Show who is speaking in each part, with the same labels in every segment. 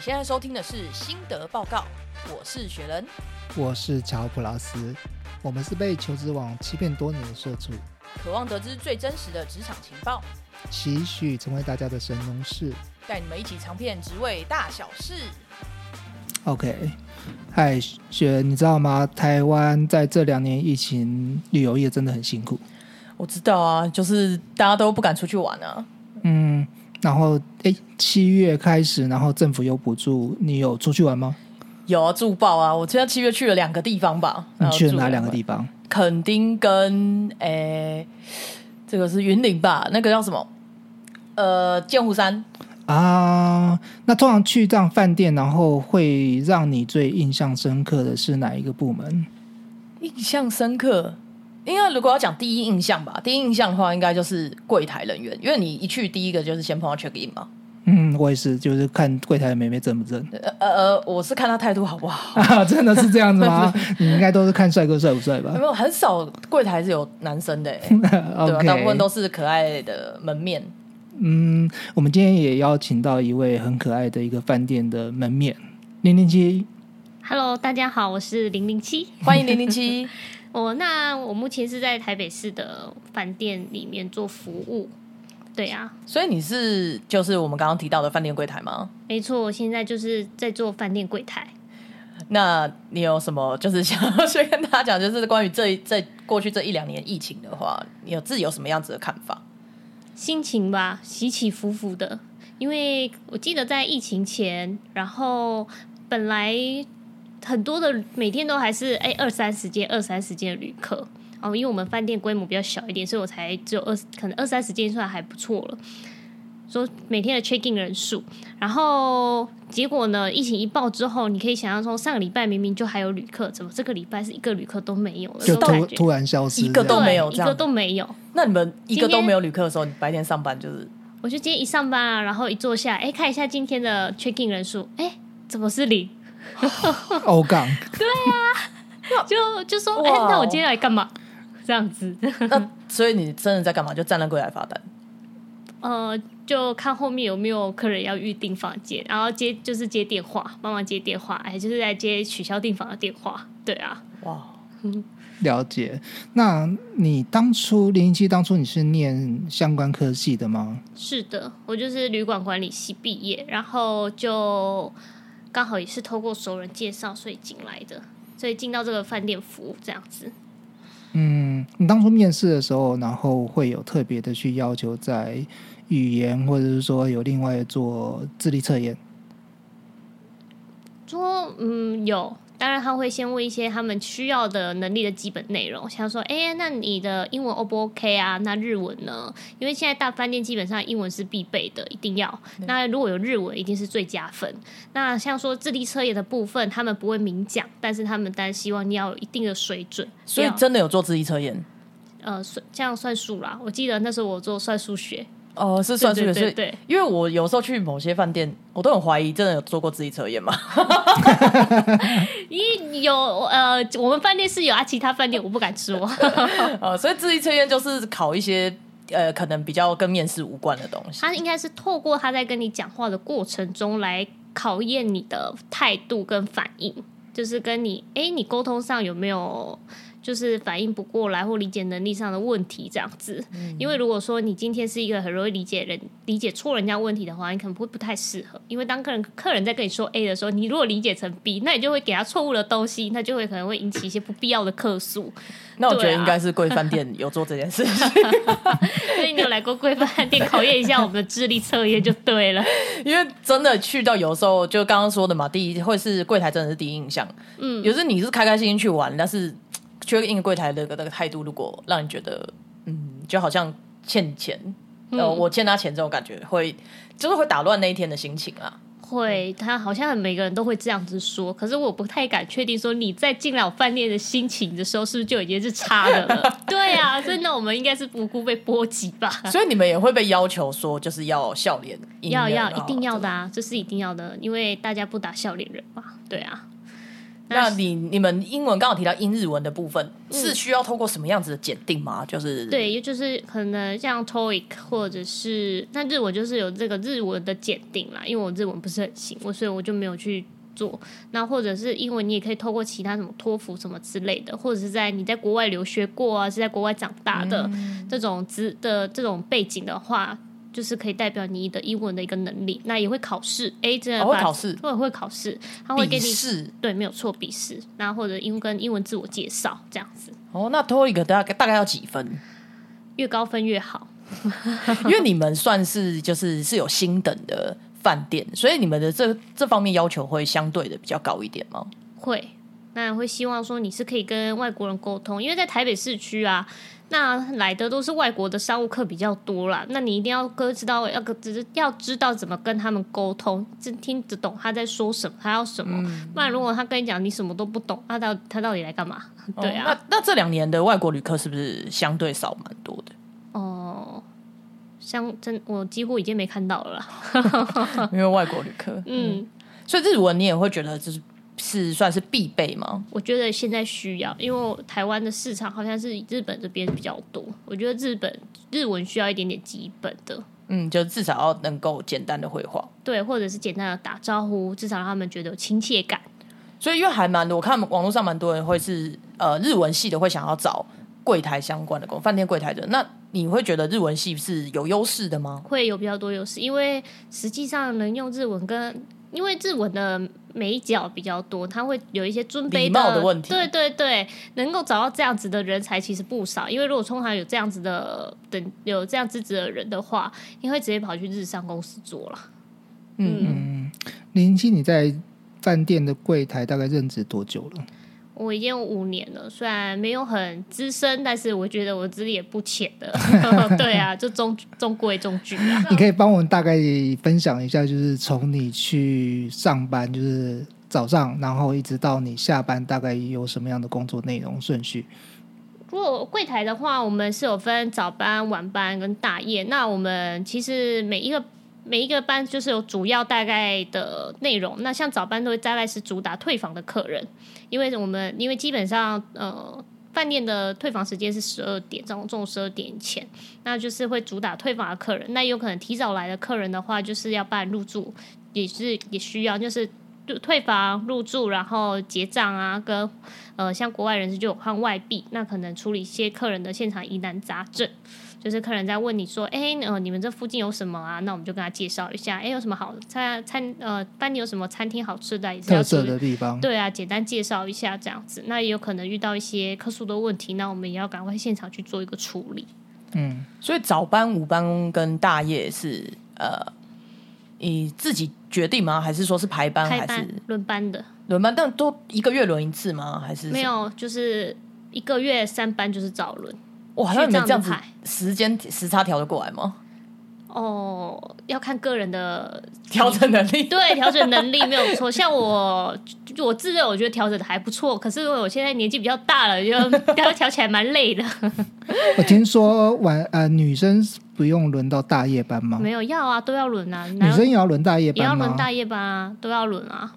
Speaker 1: 现在收听的是心得报告，我是雪人。
Speaker 2: 我是乔普拉斯，我们是被求职网欺骗多年的社畜，
Speaker 1: 渴望得知最真实的职场情报，
Speaker 2: 期许成为大家的神农氏。
Speaker 1: 带你们一起尝遍职位大小事。
Speaker 2: OK，嗨，雪，你知道吗？台湾在这两年疫情，旅游业真的很辛苦。
Speaker 1: 我知道啊，就是大家都不敢出去玩啊。
Speaker 2: 嗯，然后诶，七月开始，然后政府有补助，你有出去玩吗？
Speaker 1: 有啊，住爆啊！我现在七月去了两个地方吧。
Speaker 2: 你
Speaker 1: 然后
Speaker 2: 去了
Speaker 1: 住
Speaker 2: 哪
Speaker 1: 了
Speaker 2: 两个地方？
Speaker 1: 垦丁跟诶、这个是云林吧？那个叫什么？呃，剑湖山。
Speaker 2: 啊，那通常去这样饭店，然后会让你最印象深刻的是哪一个部门？
Speaker 1: 印象深刻，因为如果要讲第一印象吧，第一印象的话，应该就是柜台人员，因为你一去第一个就是先碰到 check in 嘛。
Speaker 2: 嗯，我也是，就是看柜台的妹妹正不正
Speaker 1: 呃呃呃，我是看他态度好不 好，
Speaker 2: 啊， 真的是这样子吗？ 你应该都是看帅哥帅不帅吧
Speaker 1: 有没有很少柜台是有男生 的、欸， 对吧、
Speaker 2: ？OK，
Speaker 1: 大部分都是可爱的门面。
Speaker 2: 嗯，我们今天也邀请到一位很可爱的一个饭店的门面零零七
Speaker 3: Hello，大家好，我是零零七。
Speaker 1: 欢迎零零 七，
Speaker 3: 我那我目前是在台北市的饭店里面做服务。对啊，
Speaker 1: 所以你是就是我们刚刚提到的饭店柜台吗？
Speaker 3: 没错，我现在就是在做饭店柜台。
Speaker 1: 那你有什么就是想要先跟大家讲，就是关于这 这过去这一两年疫情的话，你有自己有什么样子的看法？
Speaker 3: 心情吧，起起伏伏的。因为我记得在疫情前，然后本来很多的每天都还是哎二三十间、二三十间的旅客。哦，因为我们饭店规模比较小一点，所以我才只有二十，可能二三十间算还不错了。说每天的 check in 人数，然后结果呢，疫情一爆之后，你可以想象说，上个礼拜明明就还有旅客，怎么这个礼拜是一个旅客都没有了？
Speaker 2: 就
Speaker 3: 这种
Speaker 2: 突
Speaker 3: 感觉
Speaker 2: 突然消失
Speaker 1: 一个
Speaker 2: 这
Speaker 1: 都
Speaker 2: 样
Speaker 1: 没有这
Speaker 3: 对一
Speaker 1: 样
Speaker 3: 个都没有。
Speaker 1: 那你们一个
Speaker 3: 今天
Speaker 1: 都没有旅客的时候，你白天上班就是
Speaker 3: 我就今天一上班啊，然后一坐下，哎，看一下今天的 check in 人数，哎，怎么是零？
Speaker 2: 欧杠，
Speaker 3: 就就说，
Speaker 1: 哇
Speaker 3: 哎，
Speaker 1: 哦
Speaker 3: 那我今天来干嘛？这样子，
Speaker 1: 那所以你真的在干嘛？就站在柜台罚单。
Speaker 3: 呃，就看后面有没有客人要预订房间，然后接就是接电话，帮忙接电话，哎，就是在接取消订房的电话。对啊，
Speaker 1: 哇，
Speaker 2: 了解。那你当初零零七当初你是念相关科系的吗？
Speaker 3: 是的，我就是旅馆管理系毕业，然后就刚好也是透过熟人介绍，所以进来的，所以进到这个饭店服务这样子。
Speaker 2: 嗯，你当初面试的时候，然后会有特别的去要求在语言，或者是说有另外做智力测验。
Speaker 3: 说嗯有，当然他会先问一些他们需要的能力的基本内容，像说哎、那你的英文 O 不 OK 啊？那日文呢？因为现在大饭店基本上英文是必备的，一定要。那如果有日文，一定是最加分。那像说智力测验的部分，他们不会明讲，但是他们当然希望你要有一定的水准。
Speaker 1: 所以
Speaker 3: 要
Speaker 1: 真的有做智力测验
Speaker 3: 呃，算这样算数啦。我记得那时候我做算数学，
Speaker 1: 哦，是算数学。
Speaker 3: 对
Speaker 1: 所
Speaker 3: 对对
Speaker 1: 以
Speaker 3: 对，
Speaker 1: 因为我有时候去某些饭店，我都很怀疑真的有做过智力测验嘛？
Speaker 3: 因为有呃，我们饭店是有啊，其他饭店我不敢说。
Speaker 1: 呃，所以智力测验就是考一些呃，可能比较跟面试无关的东西。
Speaker 3: 他应该是透过他在跟你讲话的过程中来考验你的态度跟反应，就是跟你诶，你沟通上有没有就是反应不过来或理解能力上的问题这样子。因为如果说你今天是一个很容易理解人理解错人家问题的话，你可能会不太适合，因为当客人客人在跟你说 A 的时候，你如果理解成 B，那你就会给他错误的东西，那就会可能会引起一些不必要的客诉。
Speaker 1: 那我觉得
Speaker 3: 对啊
Speaker 1: 应该是贵饭店有做这件事情，
Speaker 3: 所以 你有来过贵饭店考验一下我们的智力测验就对了。
Speaker 1: 因为真的去到有时候就刚刚说的嘛，第一会是柜台真的是第一印象，嗯，有时你是开开心心去玩，但是缺硬柜台的那个态度，如果让你觉得嗯，就好像欠钱，呃，我欠他钱这种感觉会就是会打乱那一天的心情啊。
Speaker 3: 会，他好像每个人都会这样子说，可是我不太敢确定说你在进来我饭店的心情的时候，是不是就已经是差的了？对啊，真的，我们应该是无辜被波及吧？
Speaker 1: 所以你们也会被要求说，就是要笑脸，迎人
Speaker 3: 嗯要要，
Speaker 1: 啊
Speaker 3: 一定要的啊，这是一定要的，因为大家不打笑脸人嘛，对啊。
Speaker 1: 那你你们英文刚好提到英日文的部分，是需要透过什么样子的检定吗？就是
Speaker 3: 对，也就是可能像 TOEIC 或者是那日文就是有这个日文的检定啦，因为我日文不是很行，我所以我就没有去做。那或者是英文，你也可以透过其他什么托福什么之类的，或者是在你在国外留学过啊，是在国外长大的、
Speaker 1: 嗯
Speaker 3: 这种资的这种背景的话。就是可以代表你的英文的一个能力，那也会考试。哎，真的
Speaker 1: 哦会
Speaker 3: 把
Speaker 1: 考试
Speaker 3: 会会考试，他会给
Speaker 1: 笔
Speaker 3: 你
Speaker 1: 试
Speaker 3: 对，没有错，笔试，那或者英跟英文自我介绍这样子，
Speaker 1: 哦。那 TOEIC 大概大概要几 分？
Speaker 3: 越高分越好。
Speaker 1: 因为你们算是就是是有星等的饭店，所以你们的这这方面要求会相对的比较高一点吗？
Speaker 3: 会，那会希望说你是可以跟外国人沟通，因为在台北市区啊，那来的都是外国的商务客比较多啦。那你一定要哥知道，要跟只是要知道怎么跟他们沟通，真听得懂他在说什么，他要什么。不然如果他跟你讲你什么都不懂，那到他到底来干嘛？ 对啊
Speaker 1: 哦，那那这两年的外国旅客是不是相对少蛮多的？
Speaker 3: 哦。像真，我几乎已经没看到了啦。
Speaker 1: 因为外国旅客，
Speaker 3: 嗯，
Speaker 1: 所以日文你也会觉得就是是算是必备吗？
Speaker 3: 我觉得现在需要，因为我台湾的市场好像是日本这边比较多。我觉得日本日文需要一点点基本的，
Speaker 1: 嗯，就至少要能够简单的绘画。
Speaker 3: 对，或者是简单的打招呼，至少让他们觉得有亲切感。
Speaker 1: 所以因为还蛮多，我看网络上蛮多人会是呃日文系的会想要找柜台相关的工，饭店柜台的。那你会觉得日文系是有优势的吗？
Speaker 3: 会有比较多优势，因为实际上能用日文跟，因为日文的美角比较多，他会有一些尊卑
Speaker 1: 礼貌的问题
Speaker 3: 对对对，能够找到这样子的人才其实不少，因为如果通常有这样子的等有这样资质的人的话，你会直接跑去日商公司做了。嗯，
Speaker 2: 林夕，你在饭店的柜台大概任职多久了？
Speaker 3: 我已经有五年了，虽然没有很资深，但是我觉得我资历也不浅的。 对啊，就中中规中矩啊。
Speaker 2: 你可以帮我们大概分享一下，就是从你去上班，就是早上，然后一直到你下班，大概有什么样的工作内容顺序？
Speaker 3: 如果柜台的话，我们是有分早班、晚班跟大夜。那我们其实每一个每一个班就是有主要大概的内容。那像早班都会大概是主打退房的客人，因为我们因为基本上呃饭店的退房时间是十二点，中中午十二点前，那就是会主打退房的客人。那有可能提早来的客人的话，就是要办入住，也是也需要就是。退房、入住，然后结账啊，跟呃，像国外人士就有换外币，那可能处理一些客人的现场疑难杂症，就是客人在问你说，哎、呃，你们这附近有什么啊？那我们就跟他介绍一下，哎、有什么好餐餐呃，班里有什么餐厅好吃的，也是
Speaker 2: 特
Speaker 3: 要处
Speaker 2: 色
Speaker 3: 理
Speaker 2: 的地方，
Speaker 3: 对啊，简单介绍一下这样子。那也有可能遇到一些客诉的问题，那我们也要赶快现场去做一个处理。
Speaker 2: 嗯，
Speaker 1: 所以早班、午班跟大夜是呃你自己决定吗？还是说是排班
Speaker 3: 开
Speaker 1: 还
Speaker 3: 班
Speaker 1: 是
Speaker 3: 轮班的
Speaker 1: 轮班？但都一个月轮一次吗？还是
Speaker 3: 没？有，就是一个月三班就是早轮。
Speaker 1: 哇，那你们
Speaker 3: 去
Speaker 1: 这
Speaker 3: 这
Speaker 1: 样
Speaker 3: 样子
Speaker 1: 子时间时差调得过来吗？
Speaker 3: 哦，要看个人的
Speaker 1: 调整能力
Speaker 3: 对调整能力没有错。像我，我自认我觉得调整的还不错，可是我现在年纪比较大了，就 调调起来蛮累的。
Speaker 1: 哦
Speaker 2: 我听说晚呃女生不用轮到大夜班吗？
Speaker 3: 没有要啊，都要轮啊，
Speaker 2: 女
Speaker 3: 哪有
Speaker 2: 生也要轮大夜
Speaker 3: 也要
Speaker 2: 班
Speaker 3: 轮
Speaker 2: 吗？
Speaker 3: 大夜班啊，都要轮啊。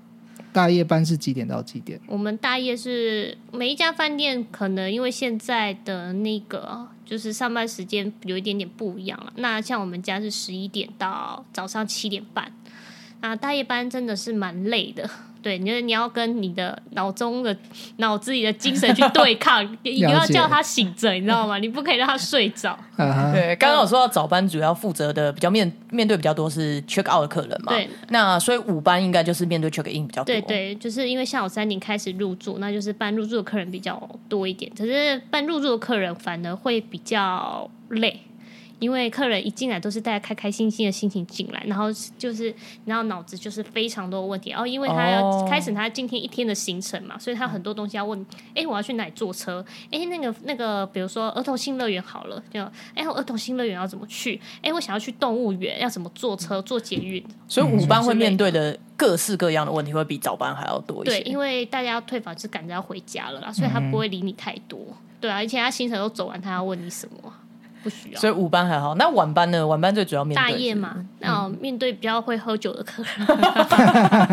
Speaker 2: 大夜班是几点到几点？
Speaker 3: 我们大夜是每一家饭店可能因为现在的那个就是上班时间有一点点不一样了。那像我们家是十一点到早上七点半，啊，大夜班真的是蛮累的。对，你就是你要跟你的脑中的脑子里的精神去对抗，你要叫他醒着，你知道吗？你不可以让他睡着。
Speaker 2: 啊哈，
Speaker 1: 对，刚刚有说到早班主要负责的比较面面对比较多是 check out 的客人嘛，
Speaker 3: 对。
Speaker 1: 那所以午班应该就是面对 check in 比较多，
Speaker 3: 对对，就是因为下午三点开始入住，那就是办入住的客人比较多一点。可是办入住的客人反而会比较累，因为客人一进来都是带着开开心心的心情进来，然后就是然后脑子就是非常多的问题。哦，因为他要
Speaker 1: 哦
Speaker 3: 开始他今天一天的行程嘛，所以他很多东西要问。哎，我要去哪里坐车？哎，那个那个，比如说儿童新乐园好了，就哎，我儿童新乐园要怎么去？哎，我想要去动物园，要怎么坐车、坐捷运？
Speaker 1: 所以午班会面对的各式各样的问题会比早班还要多一
Speaker 3: 对，
Speaker 1: 些。嗯
Speaker 3: 因为大家要退房就是赶着要回家了啦，所以他不会理你太多。对啊，而且他行程都走完，他要问你什么啊？不需要
Speaker 1: 所。以午班还好，那晚班呢？晚班最主要面对
Speaker 3: 大
Speaker 1: 是
Speaker 3: 夜嘛，那、好面对比较会喝酒的客人，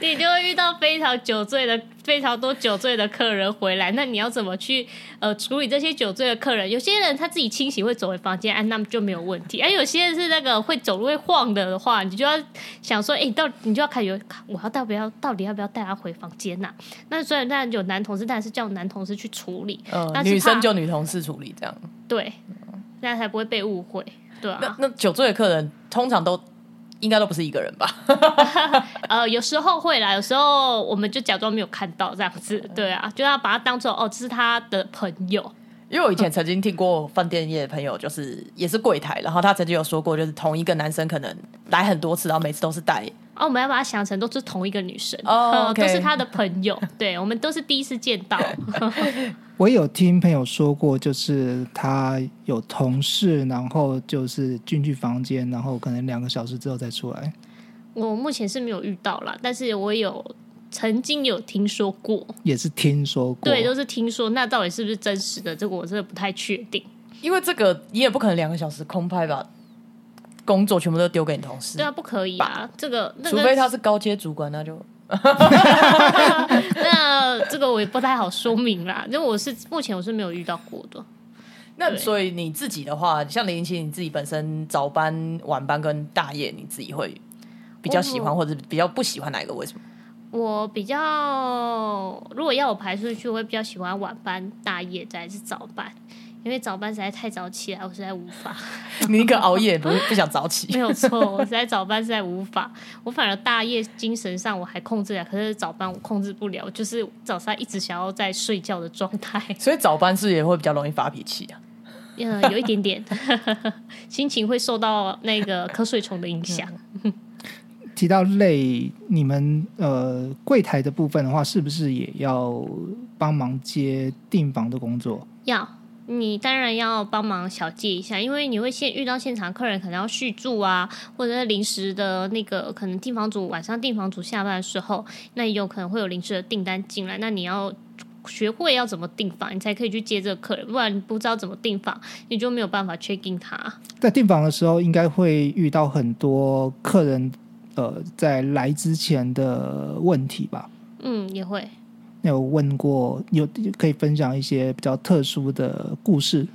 Speaker 3: 你就会遇到非常酒醉的、非常多酒醉的客人回来。那你要怎么去呃处理这些酒醉的客人？有些人他自己清醒会走回房间，哎、啊，那么就没有问题。哎、啊，有些人是那个会走路会晃的的话，你就要想说，哎、到你就要看有我要到不要到底要不要带他回房间呐、那虽然那有男同事，但是叫男同事去处理，
Speaker 1: 呃，
Speaker 3: 但是
Speaker 1: 女
Speaker 3: 怕啊
Speaker 1: 生就女同事处理这样。
Speaker 3: 对，那才不会被误会。对啊，
Speaker 1: 那那酒醉的客人通常都应该都不是一个人吧？
Speaker 3: 呃，有时候会啦，有时候我们就假装没有看到这样子，对啊，就要把它当做哦，这是他的朋友，
Speaker 1: 因为我以
Speaker 3: 嗯
Speaker 1: 前曾经听过饭店业的朋友，就是也是柜台，然后他曾经有说过，就是同一个男生可能来很多次，然后每次都是带
Speaker 3: 哦，我们要把它想成都是同一个女生，
Speaker 1: 哦
Speaker 3: 呃
Speaker 1: OK
Speaker 3: 都是他的朋友，对我们都是第一次见到，
Speaker 2: 我有听朋友说过，就是他有同事，然后就是进去房间，然后可能两个小时之后再出来。
Speaker 3: 我目前是没有遇到啦，但是我有曾经有听说过，
Speaker 2: 也是听说过，
Speaker 3: 对，都是听说，那到底是不是真实的，这个我真的不太确定。
Speaker 1: 因为这个你也不可能两个小时空拍吧，工作全部都丢给你同事，
Speaker 3: 对啊，不可以啊！这个那
Speaker 1: 除非
Speaker 3: 个，
Speaker 1: 他是高阶主管，那就
Speaker 3: 那这个我也不太好说明啦。因为我是目前我是没有遇到过的。
Speaker 1: 那
Speaker 3: 对
Speaker 1: 所以你自己的话，像林奇，你自己本身早班、晚班跟大夜，你自己会比较喜欢，
Speaker 3: 哦
Speaker 1: 或者比较不喜欢哪一个？为什么？
Speaker 3: 我比较，如果要我排顺序，我会比较喜欢晚班、大夜，再来是早班，因为早班实在太早起来，我实在无法，
Speaker 1: 你一个熬夜不不想早
Speaker 3: 没
Speaker 1: 起，
Speaker 3: 有错，我实在早班实在无法，我反而大夜精神上我还控制了，可是早班我控制不了，就是早上一直想要在睡觉的状态，
Speaker 1: 所以早班是也会比较容易发脾气啊。
Speaker 3: 嗯、有一点点， 心情会受到那个瞌睡虫的影响。
Speaker 2: 提到累，你们呃柜台的部分的话，是不是也要帮忙接订房的工作？
Speaker 3: 要，你当然要帮忙小借一下，因为你会现遇到现场客人可能要续住啊，或者是临时的那个可能订房主晚上订房主下班的时候，那有可能会有临时的订单进来，那你要。学会要怎么订房，你才可以去接这个客人，不然你不知道怎么订房，你就没有办法 check in 他。
Speaker 2: 在订房的时候，应该会遇到很多客人呃在来之前的问题吧？
Speaker 3: 嗯，也会。
Speaker 2: 那有问过，有可以分享一些比较特殊的故事？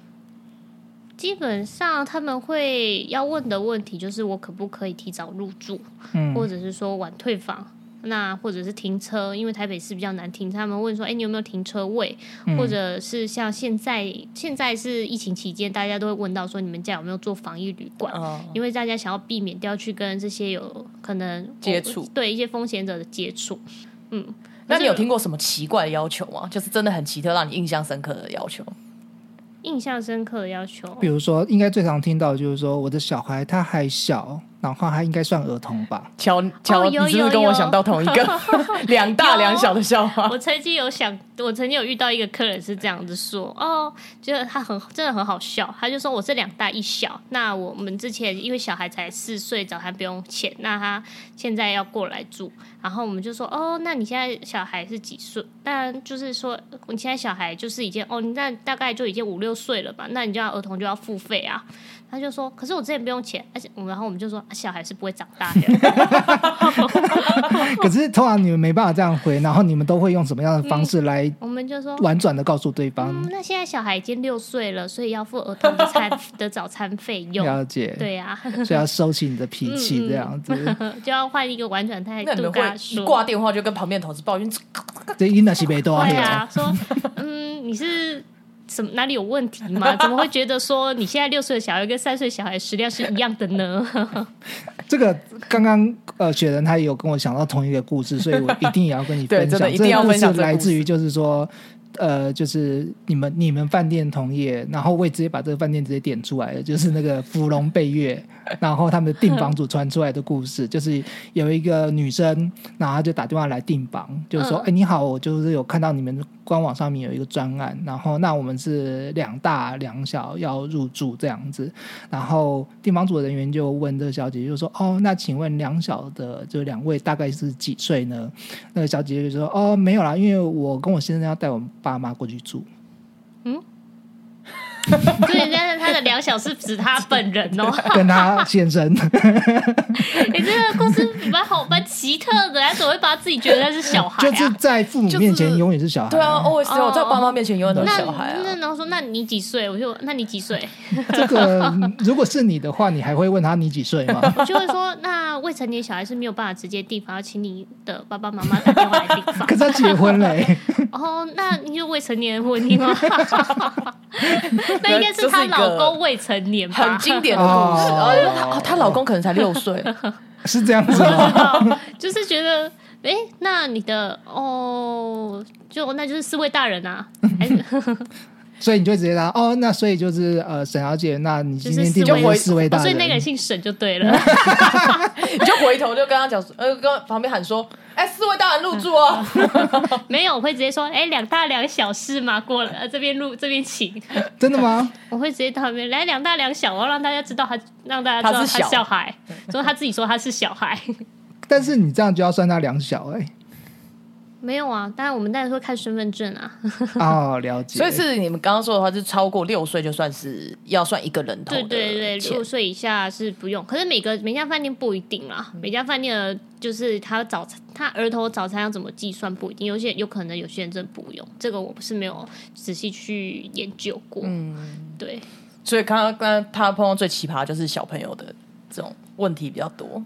Speaker 3: 基本上他们会要问的问题就是我可不可以提早入住，
Speaker 2: 嗯，
Speaker 3: 或者是说晚退房，那或者是停车，因为台北市比较难停车，他们问说，哎、你有没有停车位？
Speaker 2: 嗯
Speaker 3: 或者是像现在，现在是疫情期间，大家都会问到说，你们家有没有做防疫旅馆？
Speaker 1: 哦，
Speaker 3: 因为大家想要避免掉去跟这些有可能
Speaker 1: 接触
Speaker 3: 对一些风险者的接触。嗯，
Speaker 1: 那你有
Speaker 3: 可是
Speaker 1: 听过什么奇怪的要求吗？就是真的很奇特，让你印象深刻的要求？
Speaker 3: 印象深刻的要求？
Speaker 2: 比如说，应该最常听到就是说，我的小孩他还小，然后他应该算儿童吧？
Speaker 1: 乔乔，你
Speaker 3: 哦
Speaker 1: 是
Speaker 3: 有
Speaker 1: 不是
Speaker 3: 有
Speaker 1: 跟我
Speaker 3: 有
Speaker 1: 想到同一个 两大
Speaker 3: 有
Speaker 1: 两小的笑 话？
Speaker 3: 我曾经有想，我曾经有遇到一个客人是这样子说，哦，就是他很真的很好笑，他就说我是两大一小，那我们之前因为小孩才四岁，早餐不用钱，那他现在要过来住，然后我们就说，哦，那你现在小孩是几岁？当然就是说你现在小孩就是已经哦，你那大概就已经五六岁了吧，那你就要儿童就要付费啊。他就说，可是我之前不用钱，而且我们然后我们就说、啊小孩是不会长大的。
Speaker 2: 可是通常你们没办法这样回，然后你们都会用什么样的方式来
Speaker 3: 我们就说
Speaker 2: 婉转的告诉对
Speaker 3: 嗯
Speaker 2: 方？，
Speaker 3: 那现在小孩已经六岁了，所以要付儿童的 餐的早餐费用。
Speaker 2: 了解，
Speaker 3: 对嗯呀、
Speaker 2: 所以要收起你的脾气这样子。
Speaker 3: 就要换一个婉转态
Speaker 1: 那你
Speaker 3: 度
Speaker 1: 们
Speaker 3: 哎跟他
Speaker 1: 会一
Speaker 3: 说。
Speaker 1: 挂电话就跟旁边的同事抱怨，
Speaker 2: 这应该是没多
Speaker 3: 对
Speaker 2: 少
Speaker 3: 啊，说嗯，你是什么哪里有问题吗？怎么会觉得说你现在六岁的小孩跟三岁小孩食量是一样的呢？
Speaker 2: 这个刚刚呃，雪人他也有跟我想到同一个故事，所以我一定也要跟你
Speaker 1: 对
Speaker 2: 分享。
Speaker 1: 真的一定要
Speaker 2: 这个故
Speaker 1: 分享
Speaker 2: 事
Speaker 1: 这个
Speaker 2: 来
Speaker 1: 故事
Speaker 2: 自于就是说，呃，就是你们你们饭店同业，然后我也直接把这个饭店直接点出来了，就是那个芙蓉贝月，然后他们的订房组传出来的故事，就是有一个女生，然后她就打电话来订房，就是说，
Speaker 3: 嗯
Speaker 2: 哎、你好，我就是有看到你们官网上面有一个专案，然后那我们是两大两小要入住这样子，然后订房组的人员就问这个小姐姐，就说：“哦，那请问两小的就两位大概是几岁呢？”那个小姐姐就说：“ 哦，没有啦，因为我跟我先生要带我爸妈过去住。”
Speaker 3: 嗯，对，但是他的两小是指他本人 哦。
Speaker 2: 跟他现身，
Speaker 3: 哎你、这个故事蛮好，蛮奇特的，啊他怎么会把自己觉得他是小孩、啊？
Speaker 2: 就是在父母
Speaker 1: 就是
Speaker 2: 面前永远是小孩。
Speaker 1: 对啊，always
Speaker 3: 哦
Speaker 1: 我在我爸妈面前永远都
Speaker 3: 那
Speaker 1: 是小孩
Speaker 3: 那
Speaker 1: 啊。
Speaker 3: 然后说，那你几岁？我就那你几岁？
Speaker 2: 这个如果是你的话，你还会问他你几岁吗？
Speaker 3: 我就会说，那未成年小孩是没有办法直接订房，要请你的爸爸妈妈打电话来订房
Speaker 2: 可。是他结婚嘞、
Speaker 3: 哦，那你就未成年婚姻吗？ 那应该是她老公未成年吧
Speaker 1: 很？经典的故事，
Speaker 2: 哦
Speaker 1: 哦，因为她哦她老公可能才六 岁，
Speaker 2: 是这样子吗？
Speaker 3: 就是觉得，哎、那你的哦，就那就是四位大人啊，还是
Speaker 2: 所以你就直接答哦，那所以就是呃，沈小姐，那你
Speaker 3: 就
Speaker 2: 今
Speaker 3: 是
Speaker 2: 天
Speaker 3: 四
Speaker 2: 订婚
Speaker 3: 位
Speaker 2: 有四位大
Speaker 3: 哦
Speaker 2: 人，
Speaker 3: 所以那个人姓 沈就对了。
Speaker 1: 你就回头就跟他讲说，呃，跟旁边喊说，哎，四位大人入住哦，
Speaker 3: 没有，我会直接说，哎、两大两小是吗？过了，呃这边录这边请。
Speaker 2: 真的吗？
Speaker 3: 我会直接到那边来两大两小，我要让大家知道他，让大家知
Speaker 1: 他
Speaker 3: 道他
Speaker 1: 是
Speaker 3: 是
Speaker 1: 小
Speaker 3: 小 孩，所以他自己说他是小孩。
Speaker 2: 但是你这样就要算他两小哎、
Speaker 3: 没有啊，当然我们当然会看身份证啊。
Speaker 2: 哦，了解。
Speaker 1: 所以是你们刚刚说的话，是超过六岁就算是要算一个人头
Speaker 3: 对
Speaker 1: 的
Speaker 3: 对对，
Speaker 1: 钱
Speaker 3: 六岁以下是不用，可是每个每家饭店不一定啦，
Speaker 1: 嗯
Speaker 3: 每家饭店的就是他早餐，他儿童早餐要怎么计算不一定，有些有可能有些人真的不用，这个我是没有仔细去研究过。嗯，对，
Speaker 1: 所以刚刚刚刚他碰到最奇葩就是小朋友的这种问题比较多，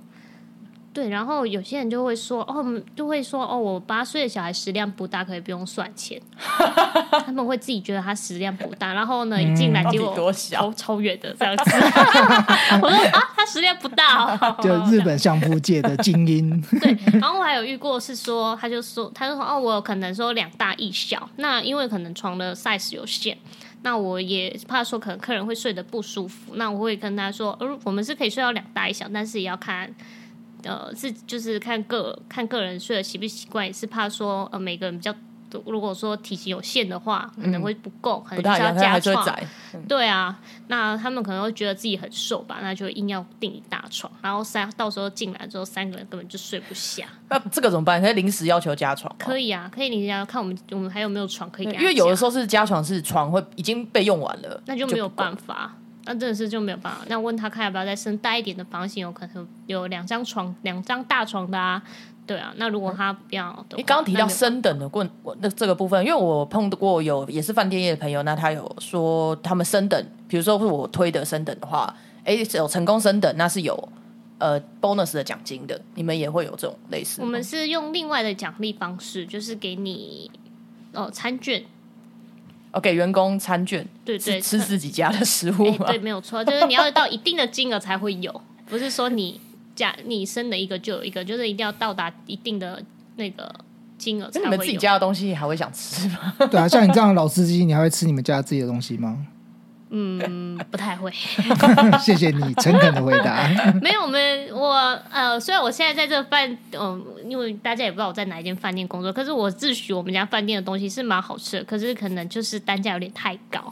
Speaker 3: 对，然后有些人就会说，哦，嗯就会说，哦，我八岁的小孩食量不大，可以不用算钱。 他们会自己觉得他食量不大，然后呢，一进来
Speaker 1: 嗯到底
Speaker 3: 结果
Speaker 1: 多小
Speaker 3: 超超远的这样子。 我说啊，他食量不大哦。
Speaker 2: 就日本相扑界的精英，
Speaker 3: 对，然后我还有遇过是说，他就说，他就说，哦，我有可能说两大一小，那因为可能床的 size 有限。那我也怕说，可能客人会睡得不舒服。那我会跟他说，呃，我们是可以睡到两大一小，但是也要看，呃，是就是看个看个人睡得习不习惯，也是怕说，呃，每个人比较，如果说体型有限的话，可能会不够，可
Speaker 1: 嗯不
Speaker 3: 能就
Speaker 1: 大
Speaker 3: 是
Speaker 1: 一
Speaker 3: 要
Speaker 1: 样，他
Speaker 3: 加
Speaker 1: 还是会
Speaker 3: 床。
Speaker 1: 窄。
Speaker 3: 对啊，那他们可能会觉得自己很瘦吧，那就硬要订一大床，然后三到时候进来之后，三个人根本就睡不下。
Speaker 1: 那这个怎么办？可以临时要求加床吗？
Speaker 3: 可以啊，可以，你要看我们我们还有没有床可以给他
Speaker 1: 因为有的时
Speaker 3: 候
Speaker 1: 候是加床是床会已经被用完了，
Speaker 3: 那就没有办
Speaker 1: 法。
Speaker 3: 法，那真的是就没有办法。那问他看要不要再升大一点的房型，有可能有两张床，两张大床的啊。对啊，那如果他不要的话，
Speaker 1: 嗯你刚刚提
Speaker 3: 那
Speaker 1: 到
Speaker 3: 没有
Speaker 1: 升等的问那这个部分，因为我碰过有也是饭店业的朋友，那他有说他们升等，比如说是我推的升等的话，哎，有成功升等，那是有呃 bonus 的奖金的，你们也会有这种类似吗？
Speaker 3: 我们是用另外的奖励方式，就是给你哦餐券，
Speaker 1: 哦给员工餐券，
Speaker 3: 对对
Speaker 1: 是吃自己家的食物
Speaker 3: 哎、
Speaker 1: 吗？
Speaker 3: 对，没有错，就是你要到一定的金额才会有，不是说你加你升了一个就有一个，就是一定要到达一定的那个金额才
Speaker 1: 那
Speaker 3: 会
Speaker 1: 你
Speaker 3: 有。
Speaker 1: 们自己家的东西还会想吃吗？
Speaker 2: 对啊，像你这样的老司机，你还会吃你们家自己的东西吗？
Speaker 3: 嗯，不太会。
Speaker 2: 谢谢你诚恳的回答。
Speaker 3: 没有，我们我呃，虽然我现在在这个饭，嗯、因为大家也不知道我在哪一间饭店工作，可是我自诩我们家饭店的东西是蛮好吃的，可是可能就是单价有点太高。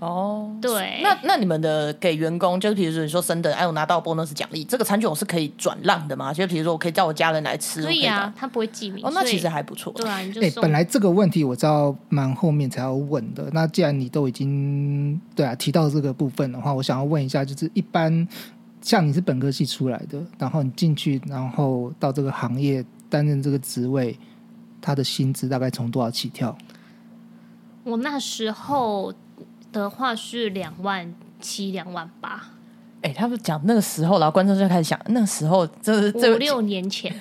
Speaker 1: 哦，
Speaker 3: 对，
Speaker 1: 那那你们的给员工，就是比如说你说升等，哎，我拿到 bonus 奖励，这个餐券我是可以转让的吗？就比如说我可以叫我家人来吃，
Speaker 3: 可以
Speaker 1: 我可
Speaker 3: 啊
Speaker 1: 以，
Speaker 3: 他不会记名。
Speaker 1: 拿。哦，那
Speaker 3: 所以
Speaker 1: 其实还不错。
Speaker 3: 对啊，你就
Speaker 2: 哎、
Speaker 3: 送。
Speaker 2: 本来这个问题我知道蛮后面才要问的。那既然你都已经对啊提到这个部分的话，我想要问一下，就是一般像你是本科系出来的，然后你进去，然后到这个行业担任这个职位，他的薪资大概从多少起跳？
Speaker 3: 我那时候的话是两万七、两万八，
Speaker 1: 哎、他们讲那个时候，然后观众就开始想，那个时候这是这
Speaker 3: 五六年前，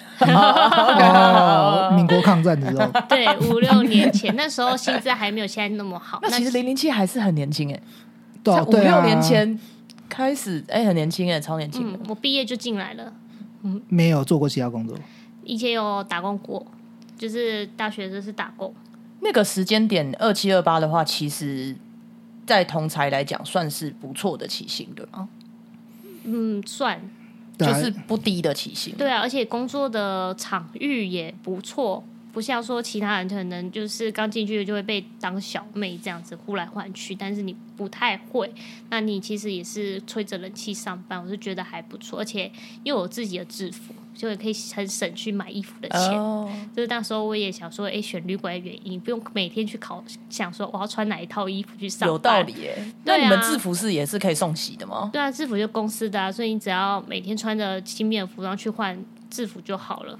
Speaker 2: 哦，民国抗战的时候，
Speaker 3: 对，五六年前，那时候薪资还没有现在那么好。
Speaker 1: 那其实零零七还是很年轻哎、
Speaker 2: 对、啊，
Speaker 1: 才五
Speaker 2: 对
Speaker 1: 六
Speaker 2: 啊
Speaker 1: 年前开始，哎、很年轻哎、超年轻的
Speaker 3: 嗯，我毕业就进来了。
Speaker 2: 没有做过其他工作。
Speaker 3: 以前有打工过，就是大学就是打工。
Speaker 1: 那个时间点二七二八的话，其实，在同才来讲算是不错的起薪，对
Speaker 3: 哦
Speaker 1: 吗？
Speaker 3: 嗯，算
Speaker 2: 对啊
Speaker 1: 就是不低的起薪。
Speaker 3: 对啊，而且工作的场域也不错，不像说其他人可能就是刚进去就会被当小妹这样子呼来唤去，但是你不太会，那你其实也是吹着冷气上班，我是觉得还不错，而且又有自己的制服，就也可以很省去买衣服的钱。
Speaker 1: 哦，
Speaker 3: 就是那时候我也想说，哎、选旅馆的原因不用每天去考，想说我要穿哪一套衣服去上班。
Speaker 1: 有道理。耶。那
Speaker 3: 对啊
Speaker 1: 你们制服是也是可以送洗的吗？
Speaker 3: 对啊，制服就公司的啊，所以你只要每天穿着轻便的服装去换制服就好了。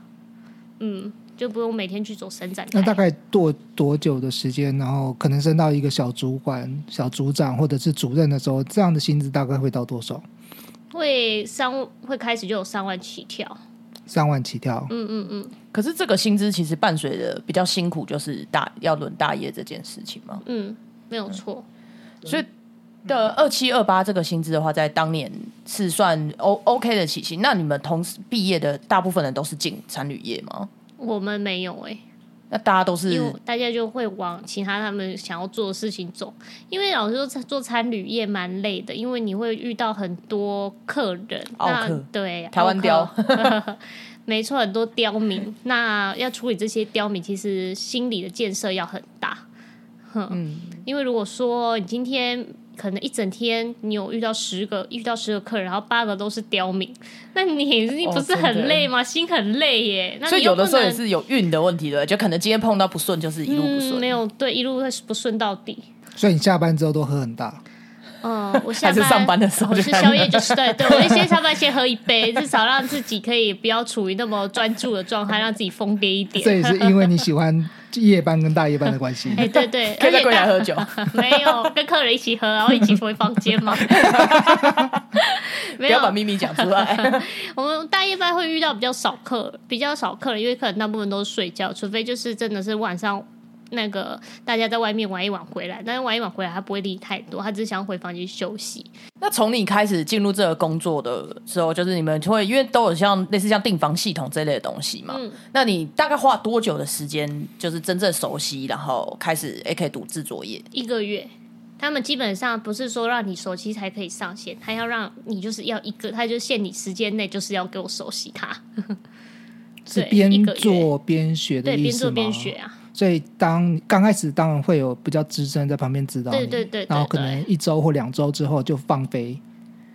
Speaker 3: 嗯，就不用每天去走伸展台。
Speaker 2: 那大概多多久的时间，然后可能升到一个小主管、小组长或者是主任的时候，这样的薪资大概会到多少？
Speaker 3: 会三会开始就有三万起跳。
Speaker 2: 三万起跳。
Speaker 3: 嗯嗯嗯
Speaker 1: 可是这个薪资其实伴随着比较辛苦，就是大要轮大夜这件事情嘛。
Speaker 3: 嗯，没有错。
Speaker 1: 所以的二七二八这个薪资的话，在当年是算 O OK 的起薪。那你们同时毕业的大部分人都是进产旅业吗？
Speaker 3: 我们没有哎、
Speaker 1: 那大家都是
Speaker 3: 因为大家就会往其他他们想要做的事情走。因为老实说，做餐旅业蛮累的，因为你会遇到很多客人，
Speaker 1: 奥
Speaker 3: 那
Speaker 1: 客
Speaker 3: 对
Speaker 1: 台湾雕，
Speaker 3: 奥客 没错，很多刁民。那要处理这些刁民，其实心理的建设要很大。嗯，因为如果说你今天可能一整天你有遇到十个遇到十个客人，然后八个都是刁民，那你你不是
Speaker 1: 哦真的
Speaker 3: 很累吗？心很累耶。那
Speaker 1: 所
Speaker 3: 你
Speaker 1: 以
Speaker 3: 又
Speaker 1: 有
Speaker 3: 不
Speaker 1: 的时候也
Speaker 3: 能
Speaker 1: 是有运的问题的，就可能今天碰到不顺，就是一路不顺。
Speaker 3: 嗯、没有对，一路会不顺到底。
Speaker 2: 所以你下班之后都喝很大，
Speaker 3: 嗯，我下
Speaker 1: 还是
Speaker 3: 班
Speaker 1: 上班的时候
Speaker 3: 我
Speaker 1: 就是开始
Speaker 3: 宵夜就是对对，我会先上班先喝一 杯，至少让自己可以不要处于那么专注的状态，让自己疯癫一
Speaker 2: 这也
Speaker 3: 点。
Speaker 2: 是因为你喜欢夜班跟大夜班的关系。
Speaker 3: 哎，对对，
Speaker 1: 可以
Speaker 3: 而
Speaker 1: 在
Speaker 3: 且
Speaker 1: 柜台
Speaker 3: 大
Speaker 1: 喝酒，
Speaker 3: 没有跟客人一起喝，然后一起回房 间嘛。
Speaker 1: 不
Speaker 3: 没有
Speaker 1: 要，把秘密讲出来。
Speaker 3: 我们大夜班会遇到比较少客，比较少客人，因为客人大部分都是睡觉，除非就是真的是晚上那个大家在外面玩一晚回来，但是玩一晚回来他不会理太多，他只是想回房间休息。
Speaker 1: 那从你开始进入这个工作的时候，就是你们会因为都有像类似像订房系统这类的东西嘛？
Speaker 3: 嗯
Speaker 1: 那你大概花多久的时间，就是真正熟悉，然后开始也可以读制作业？
Speaker 3: 一个月。他们基本上不是说让你熟悉才可以上线，他要让你就是要一个，他就限你时间内就是要给我熟悉它，
Speaker 2: 是
Speaker 3: 对
Speaker 2: 边
Speaker 3: 一个月
Speaker 2: 做边学的
Speaker 3: 对，
Speaker 2: 意
Speaker 3: 边
Speaker 2: 思
Speaker 3: 做
Speaker 2: 吗？
Speaker 3: 边学啊，
Speaker 2: 所以当刚开始当然会有比较资深在旁边指导你，
Speaker 3: 对对对对
Speaker 2: 然后可能一周或两周之后就放飞。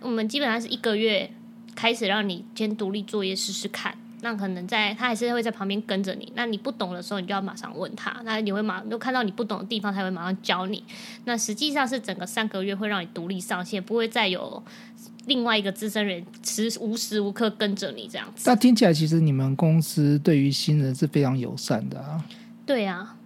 Speaker 3: 我们基本上是一个月开始让你先独立作业试试看，那可能在他还是会在旁边跟着你，那你不懂的时候你就要马上问他，那你会马就看到你不懂的地方，他会马上教你。那实际上是整个三个月会让你独立上线，不会再有另外一个资深人时无时无刻跟着你这样子。
Speaker 2: 但听起来其实你们公司对于新人是非常友善的啊。
Speaker 3: 对啊，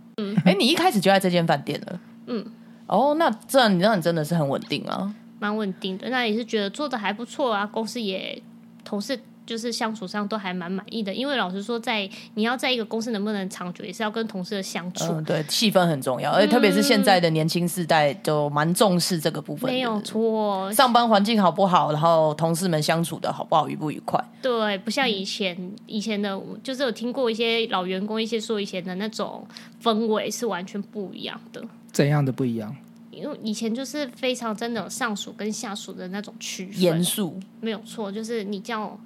Speaker 1: 哎、你一开始就在这间饭店了？
Speaker 3: 嗯。
Speaker 1: 哦，那这样你让你真的是很稳定啊！
Speaker 3: 蛮稳定的，那也是觉得做的还不错啊，公司也同事就是相处上都还蛮满意的。因为老实说在，你要在一个公司能不能长久，也是要跟同事的相处。
Speaker 1: 嗯，对，气氛很重要，而且特别是现在的年轻世代，就蛮重视这个部分的。
Speaker 3: 没有错，
Speaker 1: 上班环境好不好，然后同事们相处的好不好，愉不愉快？
Speaker 3: 对，不像以前，
Speaker 1: 嗯
Speaker 3: 以前的就是有听过一些老员工一些说以前的那种氛围是完全不一样的，
Speaker 2: 怎样的不一样？
Speaker 3: 因为以前就是非常真的有上属跟下属的那种区分
Speaker 1: 严，肃，
Speaker 3: 没有错，就是你叫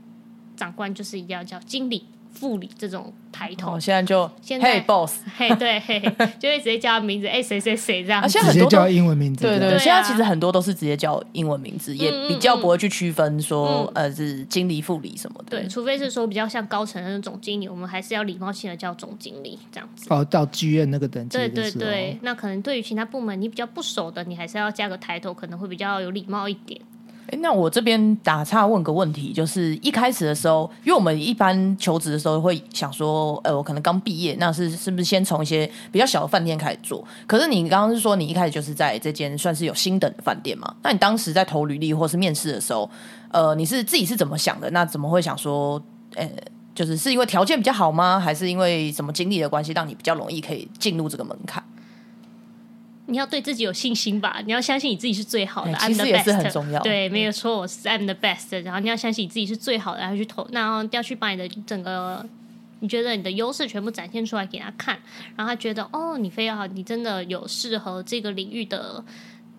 Speaker 3: 长官就是一定要叫经理、副理这种抬头
Speaker 1: 哦，，现在就
Speaker 3: 现在
Speaker 1: 嘿 boss，
Speaker 3: 嘿，对，嘿，嘿，就会直接叫他名字，哎、谁谁谁这样
Speaker 1: 啊，
Speaker 3: 子。
Speaker 1: 现在
Speaker 2: 直
Speaker 1: 很
Speaker 2: 接
Speaker 1: 多
Speaker 2: 叫
Speaker 1: 都
Speaker 2: 英文名字
Speaker 1: 对
Speaker 2: 的，
Speaker 1: 对，
Speaker 3: 对啊
Speaker 1: 现在其实很多都是直接叫英文名字，也
Speaker 3: 嗯嗯嗯
Speaker 1: 比较不会去区分说呃是经理、副理什么的
Speaker 3: 对，。除非是说比较像高层的那种经理，我们还是要礼貌性的叫总经理这样子。
Speaker 2: 哦，到剧院那个等级哦
Speaker 3: 对
Speaker 2: 的
Speaker 3: 对
Speaker 2: 时候，
Speaker 1: 哦
Speaker 3: 对，那可能对于其他部门你比较不熟的，你还是要加个抬头，可能会比较有礼貌一点。
Speaker 1: 哎，那我这边打岔问个问题，就是一开始的时候，因为我们一般求职的时候会想说，呃，我可能刚毕业，那是是不是先从一些比较小的饭店开始做？可是你刚刚是说你一开始就是在这间算是有星等的饭店嘛？那你当时在投履历或是面试的时候，呃，你是自己是怎么想的？那怎么会想说，呃，就是是因为条件比较好吗？还是因为什么经历的关系，让你比较容易可以进入这个门槛？
Speaker 3: 你要对自己有信心吧，你要相信你自己是最好的。
Speaker 1: 哎其
Speaker 3: I'm the
Speaker 1: 实
Speaker 3: best，
Speaker 1: 也是很重要
Speaker 3: 对，没有错，我是 I'm the best。然后你要相信你自己是最好的，然后去投，然后要去把你的整个你觉得你的优势全部展现出来给他看，然后他觉得哦，你非要你真的有适合这个领域的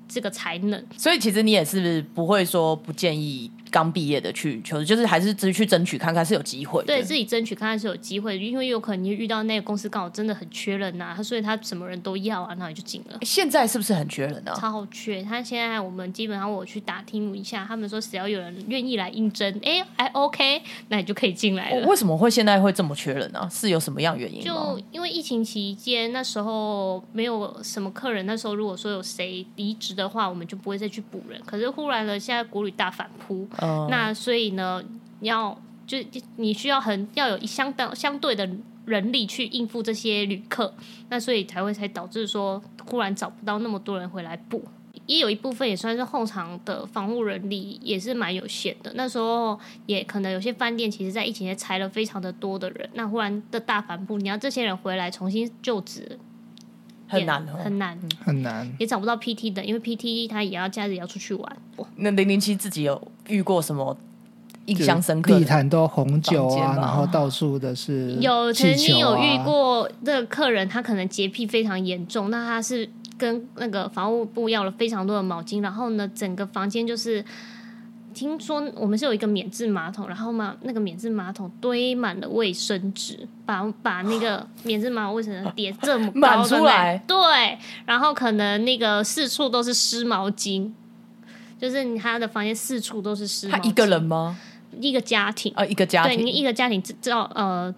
Speaker 3: 这个才能。
Speaker 1: 所以其实你也是不会说不建议刚毕业的去求职，就是还是只是去争取看看是有机会的。
Speaker 3: 对自己争取看看是有机会，因为有可能你遇到那个公司刚好真的很缺人啊呐、他所以他什么人都要啊，那你就进了。
Speaker 1: 现在是不是很缺人啊？
Speaker 3: 超好缺，他现在我们基本上我去打听一下，他们说只要有人愿意来应征，哎、还 OK，那你就可以进来
Speaker 1: 我
Speaker 3: 了。
Speaker 1: 哦为什么会现在会这么缺人啊？是有什么样原因吗？
Speaker 3: 就因为疫情期间，那时候没有什么客人，那时候如果说有谁离职的话，我们就不会再去补人。可是忽然了，现在国旅大反扑，
Speaker 1: 嗯，
Speaker 3: 那所以呢，要就你需要很要有一相当相对的人力去应付这些旅客，那所以才会才导致说忽然找不到那么多人回来补。也有一部分也算是后场的防护人力也是蛮有限的。那时候也可能有些饭店其实在疫情也裁了非常的多的人，那忽然的大反扑，你要这些人回来重新就职也
Speaker 1: 很难哦。
Speaker 3: 很难，
Speaker 2: 很难。
Speaker 3: 也找不到 PT 的，因为 PT 他也要假日也要出去玩。
Speaker 1: 那零零七自己有遇过什么印
Speaker 2: 就是
Speaker 1: 象深刻的？
Speaker 2: 地毯都红酒
Speaker 1: 房间
Speaker 2: 啊，
Speaker 1: 吧
Speaker 2: 然后到处的是
Speaker 3: 有曾
Speaker 2: 气球
Speaker 3: 经
Speaker 2: 啊
Speaker 3: 有遇过这个客人，他可能洁癖非常严重，那他是跟那个房务部要了非常多的毛巾，然后呢，整个房间就是。听说我们是有一个免治马桶，然后嘛，那个免治马桶堆满了卫生纸，把把 那个免治马桶卫生纸叠这么高
Speaker 1: 满
Speaker 3: 的
Speaker 1: 出来
Speaker 3: 那对，然后可能那个四处都是湿毛巾，就是他的房间四处都是湿毛
Speaker 1: 他
Speaker 3: 巾，
Speaker 1: 一个人吗？
Speaker 3: 一个家庭，
Speaker 1: 啊，一个家
Speaker 3: 对你
Speaker 1: 庭。
Speaker 3: 一个家庭制造呃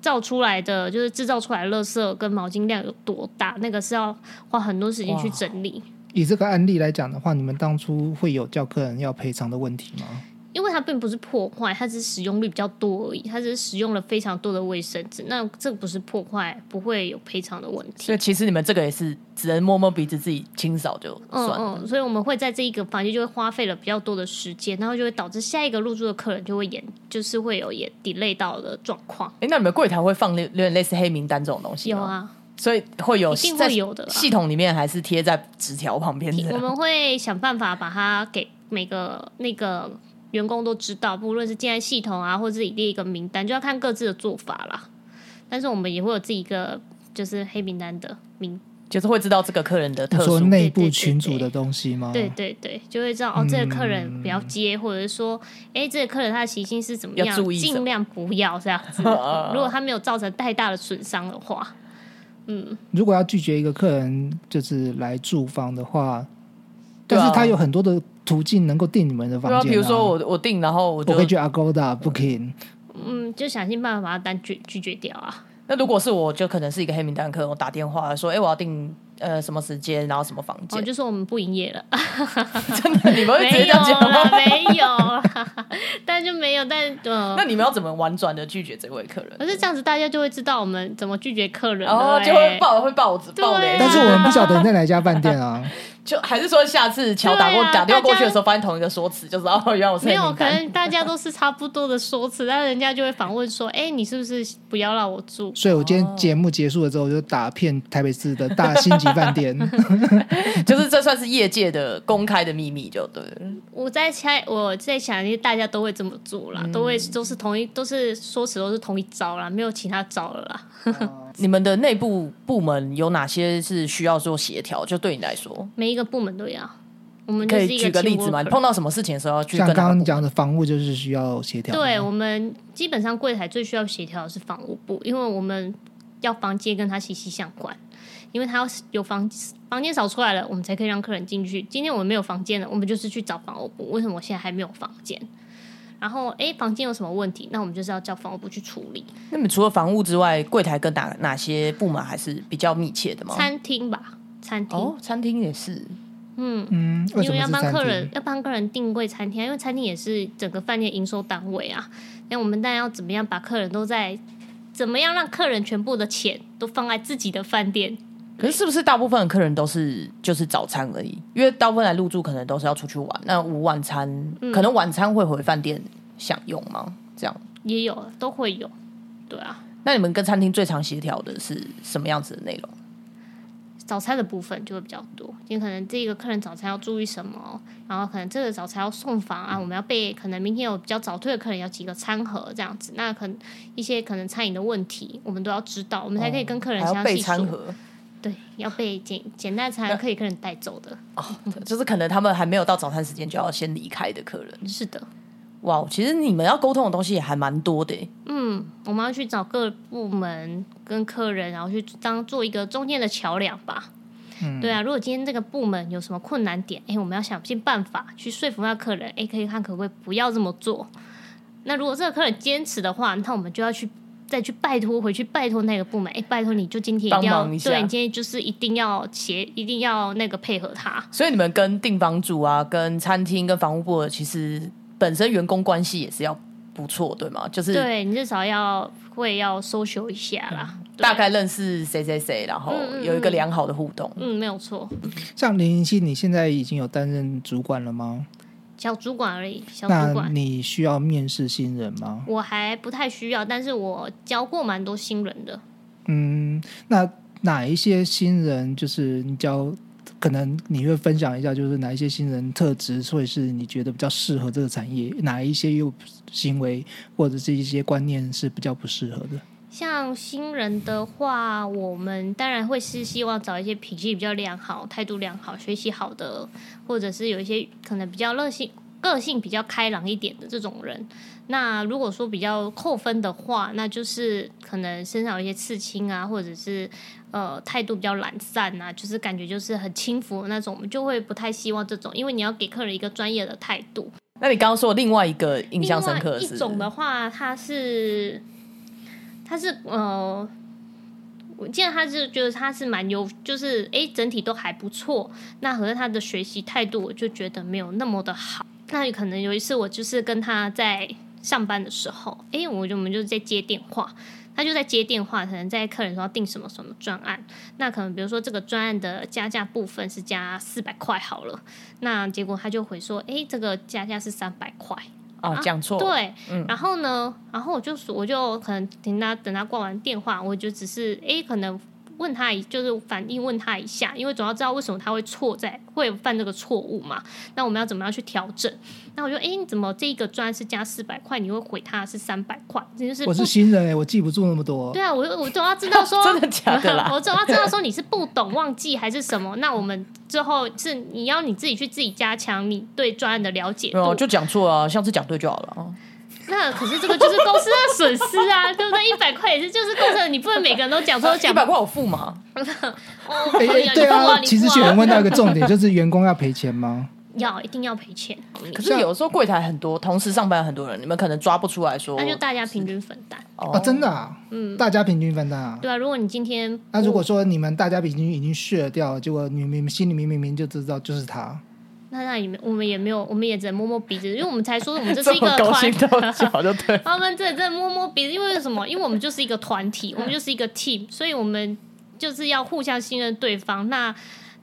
Speaker 3: 造出来的，就是制造出来的垃圾跟毛巾量有多大，那个是要花很多时间去整理，
Speaker 2: 以这个案例来讲的话，你们当初会有叫客人要赔偿的问题吗？
Speaker 3: 因为它并不是破坏，它只是使用率比较多而已，它只是使用了非常多的卫生纸，那这不是破坏，不会有赔偿的问
Speaker 1: 所
Speaker 3: 题嗯
Speaker 1: 以。其实你们这个也是只能摸摸鼻子自己清扫就算
Speaker 3: 嗯
Speaker 1: 了。
Speaker 3: 嗯，所以我们会在这一个房间就会花费了比较多的时间，然后就会导致下一个入住的客人就会延，就是会有延 delay 到的状况。
Speaker 1: 哎、那你们柜台会放类有点类似黑名单这种东西
Speaker 3: 有
Speaker 1: 吗？，
Speaker 3: 啊，
Speaker 1: 所以会有
Speaker 3: 一定
Speaker 1: 在
Speaker 3: 会有的啦啊
Speaker 1: 系统里面还是贴在纸条旁边
Speaker 3: 我
Speaker 1: 的。
Speaker 3: 们会想办法把它给每个那个员工都知道，不论是进来系统啊，或自己列一个名单，就要看各自的做法啦。但是我们也会有自己一个就是黑名单的名，
Speaker 1: 就是会知道这个客人的
Speaker 2: 你
Speaker 1: 特
Speaker 2: 说
Speaker 1: 殊，
Speaker 2: 内部
Speaker 3: 对对
Speaker 2: 群组的东西吗？
Speaker 3: 对对对，就会知道哦，这个客人不要接，或者是说，哎，这个客人他的习性是怎么
Speaker 1: 要
Speaker 3: 样
Speaker 1: 注，意什么
Speaker 3: 尽量不要这样子。如果他没有造成太大的损伤的话，
Speaker 2: 如果要拒绝一个客人就是来住房的话，
Speaker 1: 对
Speaker 2: 但
Speaker 1: 啊
Speaker 2: 是他有很多的途径能够订你们的房
Speaker 1: 对啊，
Speaker 2: 间、
Speaker 1: 比如说，我我订，然后我
Speaker 2: 我
Speaker 1: 就
Speaker 2: 可以去 Agoda Booking，
Speaker 3: 嗯，就想尽办法把他单拒拒绝掉啊。
Speaker 1: 那如果是我，就可能是一个黑名单客人，我打电话说，哎、我要订呃什么时间，然后什么房
Speaker 3: 哦，
Speaker 1: 间，
Speaker 3: 就说我们不营业了。
Speaker 1: 真的 你们会直接
Speaker 3: 没
Speaker 1: 这
Speaker 3: 有
Speaker 1: 样讲
Speaker 3: 啦，
Speaker 1: 吗？
Speaker 3: 没有啦， 但就没有，但呃
Speaker 1: 那，你们要怎么婉转的拒绝这位客人
Speaker 3: 可？是这样子大家就会知道我们怎么拒绝客人
Speaker 1: 然后
Speaker 3: 了、
Speaker 1: 哦就会爆会爆爆雷，
Speaker 3: 对啊
Speaker 2: 但是我们不晓得你在哪一家饭店啊。
Speaker 1: 就还是说下次乔打过
Speaker 3: 对啊
Speaker 1: 打电话过去
Speaker 3: 大
Speaker 1: 的
Speaker 3: 家
Speaker 1: 时候，发现同一个说辞，就是哦，原来我是
Speaker 3: 没
Speaker 1: 黑
Speaker 3: 有，
Speaker 1: 名
Speaker 3: 可
Speaker 1: 单。
Speaker 3: 能大家都是差不多的说辞，但人家就会反问说：“哎、你是不是不要让我住
Speaker 2: 所以我今
Speaker 3: 哦
Speaker 2: 天节目结束了之后，我就打遍台北市的大星级饭 店。
Speaker 1: 就是这算是业界的公开的秘密，就对了。？”
Speaker 3: 我在猜，我在想，大家都会这么做
Speaker 1: 嗯
Speaker 3: 啦，都会都是同一，都是说辞，都是同一招啦，没有其他招了啦。
Speaker 1: 你们的内部部门有哪些是需要做协调？就对你来说，
Speaker 3: 每一个部门都要，我们就
Speaker 1: 可
Speaker 3: 是
Speaker 1: 以
Speaker 3: 一
Speaker 1: 举个例子吗？
Speaker 3: teamworker
Speaker 1: 你碰到什么事情的时候要去
Speaker 2: 像
Speaker 1: 跟
Speaker 2: 刚
Speaker 1: 他
Speaker 2: 刚
Speaker 1: 们
Speaker 2: 你讲的房务就是需要协调的嘛，
Speaker 3: 对我们基本上柜台最需要协调的是房务部，因为我们要房间跟它息息相关，因为它要有房房间扫出来了，我们才可以让客人进去。今天我们没有房间了，我们就是去找房务部。为什么我现在还没有房间？然后诶，房间有什么问题？那我们就是要叫房务部去处理。
Speaker 1: 那么除了房屋之外，柜台跟哪哪些部门还是比较密切的吗？
Speaker 3: 餐厅吧，餐厅。
Speaker 1: 哦，餐厅也是，
Speaker 3: 嗯，
Speaker 2: 嗯，为
Speaker 3: 因
Speaker 2: 什
Speaker 3: 为
Speaker 2: 么
Speaker 3: 要
Speaker 2: 是
Speaker 3: 帮
Speaker 2: 餐
Speaker 3: 客人
Speaker 2: 厅？
Speaker 3: 要帮客人定位餐厅啊，因为餐厅也是整个饭店营收单位啊。那我们当然要怎么样把客人都在，怎么样让客人全部的钱都放在自己的饭店？
Speaker 1: 可是是不是大部分的客人都是就是早餐而已？因为大部分来入住可能都是要出去玩，那无晚餐、
Speaker 3: 嗯
Speaker 1: 可能晚餐会回饭店享用吗？这样？
Speaker 3: 也有都会有，对啊，
Speaker 1: 那你们跟餐厅最常协调的是什么样子的内容？
Speaker 3: 早餐的部分就会比较多，因为可能这个客人早餐要注意什么，然后可能这个早餐要送房啊，我们要备，可能明天有比较早退的客人要几个餐盒这样子，那可能一些可能餐饮的问题，我们都要知道，我们才
Speaker 2: 哦
Speaker 3: 可以跟客人
Speaker 1: 还要
Speaker 3: 详
Speaker 1: 备
Speaker 3: 细说。
Speaker 1: 餐盒，
Speaker 3: 对，要备简简单的餐可以客人带走的，
Speaker 1: 就是可能他们还没有到早餐时间就要先离开的客人。
Speaker 3: 是的，
Speaker 1: 哇，其实你们要沟通的东西也还蛮多的耶。欸
Speaker 3: 嗯，我们要去找各部门跟客人，然后去当做一个中间的桥梁吧。
Speaker 2: 嗯
Speaker 3: 对啊，如果今天这个部门有什么困难点，哎，我们要想尽办法去说服那客人，哎，可以看可不可以不要这么做。那如果这个客人坚持的话，那我们就要去再去拜托回去拜托那个部门，哎，拜托你就今天一定要
Speaker 1: 帮忙一下
Speaker 3: 对，你今天就是一定要协，一定要那个配合他。
Speaker 1: 所以你们跟订房主啊、跟餐厅、跟房屋部的，其实本身员工关系也是要不错，对吗？就是
Speaker 3: 对你至少要会要搜求一下
Speaker 1: 嗯
Speaker 3: 啦，对
Speaker 1: 大概认识谁谁谁，然后
Speaker 3: 嗯嗯
Speaker 1: 有一个良好的互动。
Speaker 3: 嗯，没有错，
Speaker 2: 像林零七，你现在已经有担任主管了吗？
Speaker 3: 小主管而已，小主
Speaker 2: 那
Speaker 3: 管。
Speaker 2: 你需要面试新人吗？
Speaker 3: 我还不太需要，但是我教过蛮多新人的。
Speaker 2: 嗯，那哪一些新人就是你教？可能你会分享一下，就是哪一些新人特质会是你觉得比较适合这个产业，哪一些又行为或者是一些观念是比较不适合的。
Speaker 3: 像新人的话，我们当然会是希望找一些脾气比较良好、态度良好、学习好的，或者是有一些可能比较热性、个性比较开朗一点的这种人。那如果说比较扣分的话，那就是可能身上有一些刺青啊，或者是呃态度比较懒散啊，就是感觉就是很轻浮的那种，我们就会不太希望这种，因为你要给客人一个专业的态度。
Speaker 1: 那你刚刚说的另外一个印象深刻的
Speaker 3: 另
Speaker 1: 是
Speaker 3: 外一种的话，它是它是呃，我记得他是觉得他是蛮优，就是诶整体都还不错。那可是他的学习态度，我就觉得没有那么的好。那可能有一次我就是跟他在上班的时候，诶，我就我们就在接电话。他就在接电话，可能在客人说要订什么什么专案，那可能比如说这个专案的加价部分是加四百块好了，那结果他就回说，诶，这个加价是三百块，
Speaker 1: 啊，讲错，嗯
Speaker 3: 对，然后呢，然后我就说，我就可能等他等他挂完电话，我就只是诶，可能问他一，就是反应问他一下，因为总要知道为什么他会错在会犯这个错误嘛。那我们要怎么样去调整？那我就诶，你怎么这一个专是加四百块，你会回他是三百块？这就是
Speaker 2: 我
Speaker 3: 不
Speaker 2: 是新人、欸，我记不住那么多。
Speaker 3: 对啊，我我总要知道说
Speaker 1: 真的假的啦？
Speaker 3: 我总要知道说你是不懂忘记还是什么。那我们最后是你要你自己去自己加强你对专案的了解
Speaker 1: 没有
Speaker 3: 度
Speaker 1: 啊，。就讲错啊，下次讲对就好了啊。
Speaker 3: 那可是这个就是公司的损失 啊，对不对？一百块也是就是公司的，你不能每个人都讲错
Speaker 1: 啊一
Speaker 3: 讲
Speaker 1: 百块我付嘛，
Speaker 3: 哦，
Speaker 2: 啊 哎、
Speaker 3: 可以
Speaker 2: 对啊，
Speaker 3: 你
Speaker 2: 其实
Speaker 3: 付
Speaker 2: 雪
Speaker 3: 啊
Speaker 2: 人问到一个重点， 就是员工要赔钱吗？
Speaker 3: 要一定要赔钱，
Speaker 1: 可是有时候柜台很多，同时上班很多人，你们可能抓不出来说
Speaker 3: 那就大家平均分担，
Speaker 2: 啊，真的啊，嗯，大家平均分担啊。
Speaker 3: 对啊。如果你今天
Speaker 2: 那如果说你们大家平均已经卸掉了，结果你们心里明明明就知道就是他，
Speaker 3: 那那你们我们也没有，我们也只能摸摸鼻子，因为我们才说我们这是
Speaker 1: 这
Speaker 3: 一个
Speaker 1: 么勾
Speaker 3: 团。
Speaker 1: 心斗角就对
Speaker 3: 他们这真的摸摸鼻子，因为什么？因为我们就是一个团体，我们就是一个 team，所以我们就是要互相信任对方。那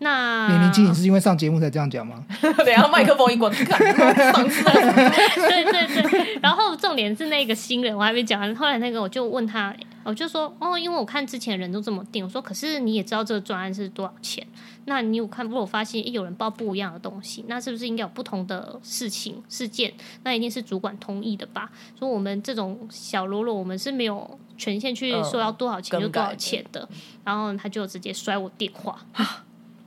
Speaker 3: 那
Speaker 2: 明明你是因为上节目才这样讲吗？
Speaker 1: 等一下麦克风一关，看上次
Speaker 3: 对对对， 然后重点是那个新人，我还没讲完。后来那个我就问他，我就说哦，因为我看之前人都这么定，我说可是你也知道这个专案是多少钱，那你有看？如果发现诶有人报不一样的东西，那是不是应该有不同的事情事件？那一定是主管同意的吧？所以我们这种小喽啰，我们是没有权限去
Speaker 1: 嗯
Speaker 3: 说要多少钱就
Speaker 1: 更
Speaker 3: 多
Speaker 1: 改
Speaker 3: 少钱的。
Speaker 1: 嗯
Speaker 3: 然后他就直接摔我电话，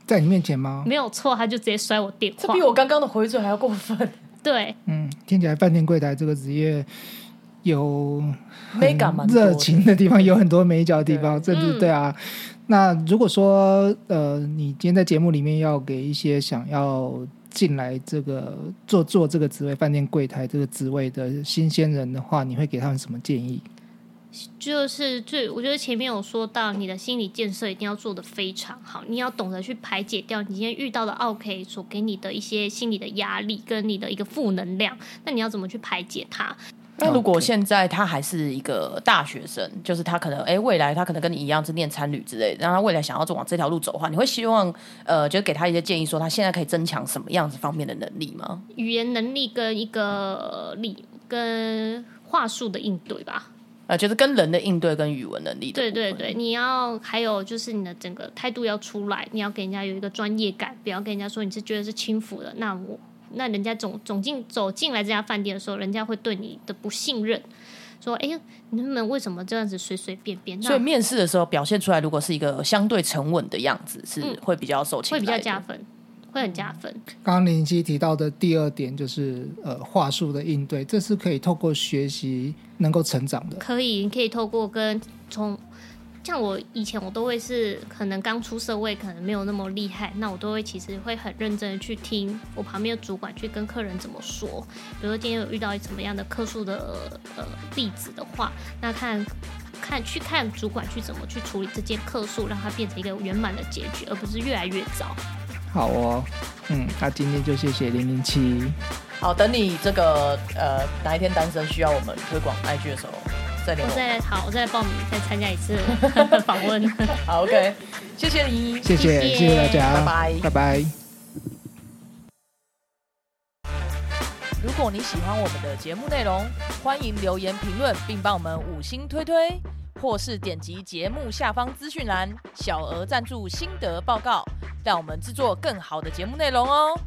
Speaker 2: 在你面前吗？
Speaker 3: 没有错，他就直接摔我电
Speaker 1: 这
Speaker 3: 话
Speaker 1: 比。我刚刚的回嘴还要过分
Speaker 3: 对，
Speaker 2: 嗯，听起来饭店柜台这个职业有
Speaker 1: 美感蛮多的
Speaker 2: 热情的地方，有很多美角的地方，甚至对啊。那如果说呃，你今天在节目里面要给一些想要进来这个做做这个职位饭店柜台这个职位的新鲜人的话，你会给他们什么建议？
Speaker 3: 就是最，我觉得前面有说到，你的心理建设一定要做得非常好，你要懂得去排解掉你今天遇到的 OK 所给你的一些心理的压力跟你的一个负能量，那你要怎么去排解它？
Speaker 1: 那如果
Speaker 2: OK
Speaker 1: 现在他还是一个大学生，就是他可能哎、诶未来他可能跟你一样是念参旅之类的，让他未来想要往这条路走的话，你会希望呃，就给他一些建议，说他现在可以增强什么样子方面的能力吗？
Speaker 3: 语言能力跟一个力跟话术的应对吧。
Speaker 1: 呃，就是跟人的应对跟语文能力的
Speaker 3: 对
Speaker 1: 部
Speaker 3: 对
Speaker 1: 分
Speaker 3: 对，你要还有就是你的整个态度要出来，你要给人家有一个专业感，不要跟人家说你是觉得是轻浮的。那我那人家总总进走进来这家饭店的时候，人家会对你的不信任，说哎，你们为什么这样子随随便便？那
Speaker 1: 所以面试的时候表现出来，如果是一个相对沉稳的样子，是
Speaker 3: 嗯
Speaker 1: 会比较受青睐
Speaker 3: 会比
Speaker 1: 的嗯
Speaker 3: 较加分，会很加分。
Speaker 2: 刚刚林夕提到的第二点就是呃话术的应对，这是可以透过学习能够成长的。
Speaker 3: 可以，你可以透过跟从像我以前我都会是可能刚出社会，可能没有那么厉害，那我都会其实会很认真的去听我旁边的主管去跟客人怎么说。比如说今天有遇到什么样的客诉的呃例子的话，那看。看去看主管去怎么去处理这件客诉，让它变成一个圆满的结局，而不是越来越糟。
Speaker 2: 好哦，嗯，那今天就谢谢零零七，
Speaker 1: 好，等你这个呃哪一天单身需要我们推广 IG 的时候再联
Speaker 3: 我
Speaker 1: 络。
Speaker 3: 再好，我再报名再参加一次 访问。
Speaker 1: 好，OK，谢谢你，
Speaker 2: 谢谢
Speaker 3: 谢谢
Speaker 2: 谢谢大家，
Speaker 1: 拜拜
Speaker 2: 拜拜。
Speaker 1: 如果你喜欢我们的节目内容，欢迎留言评论，并帮我们五星推推，或是点击节目下方资讯栏小额赞助心得报告，让我们制作更好的节目内容哦。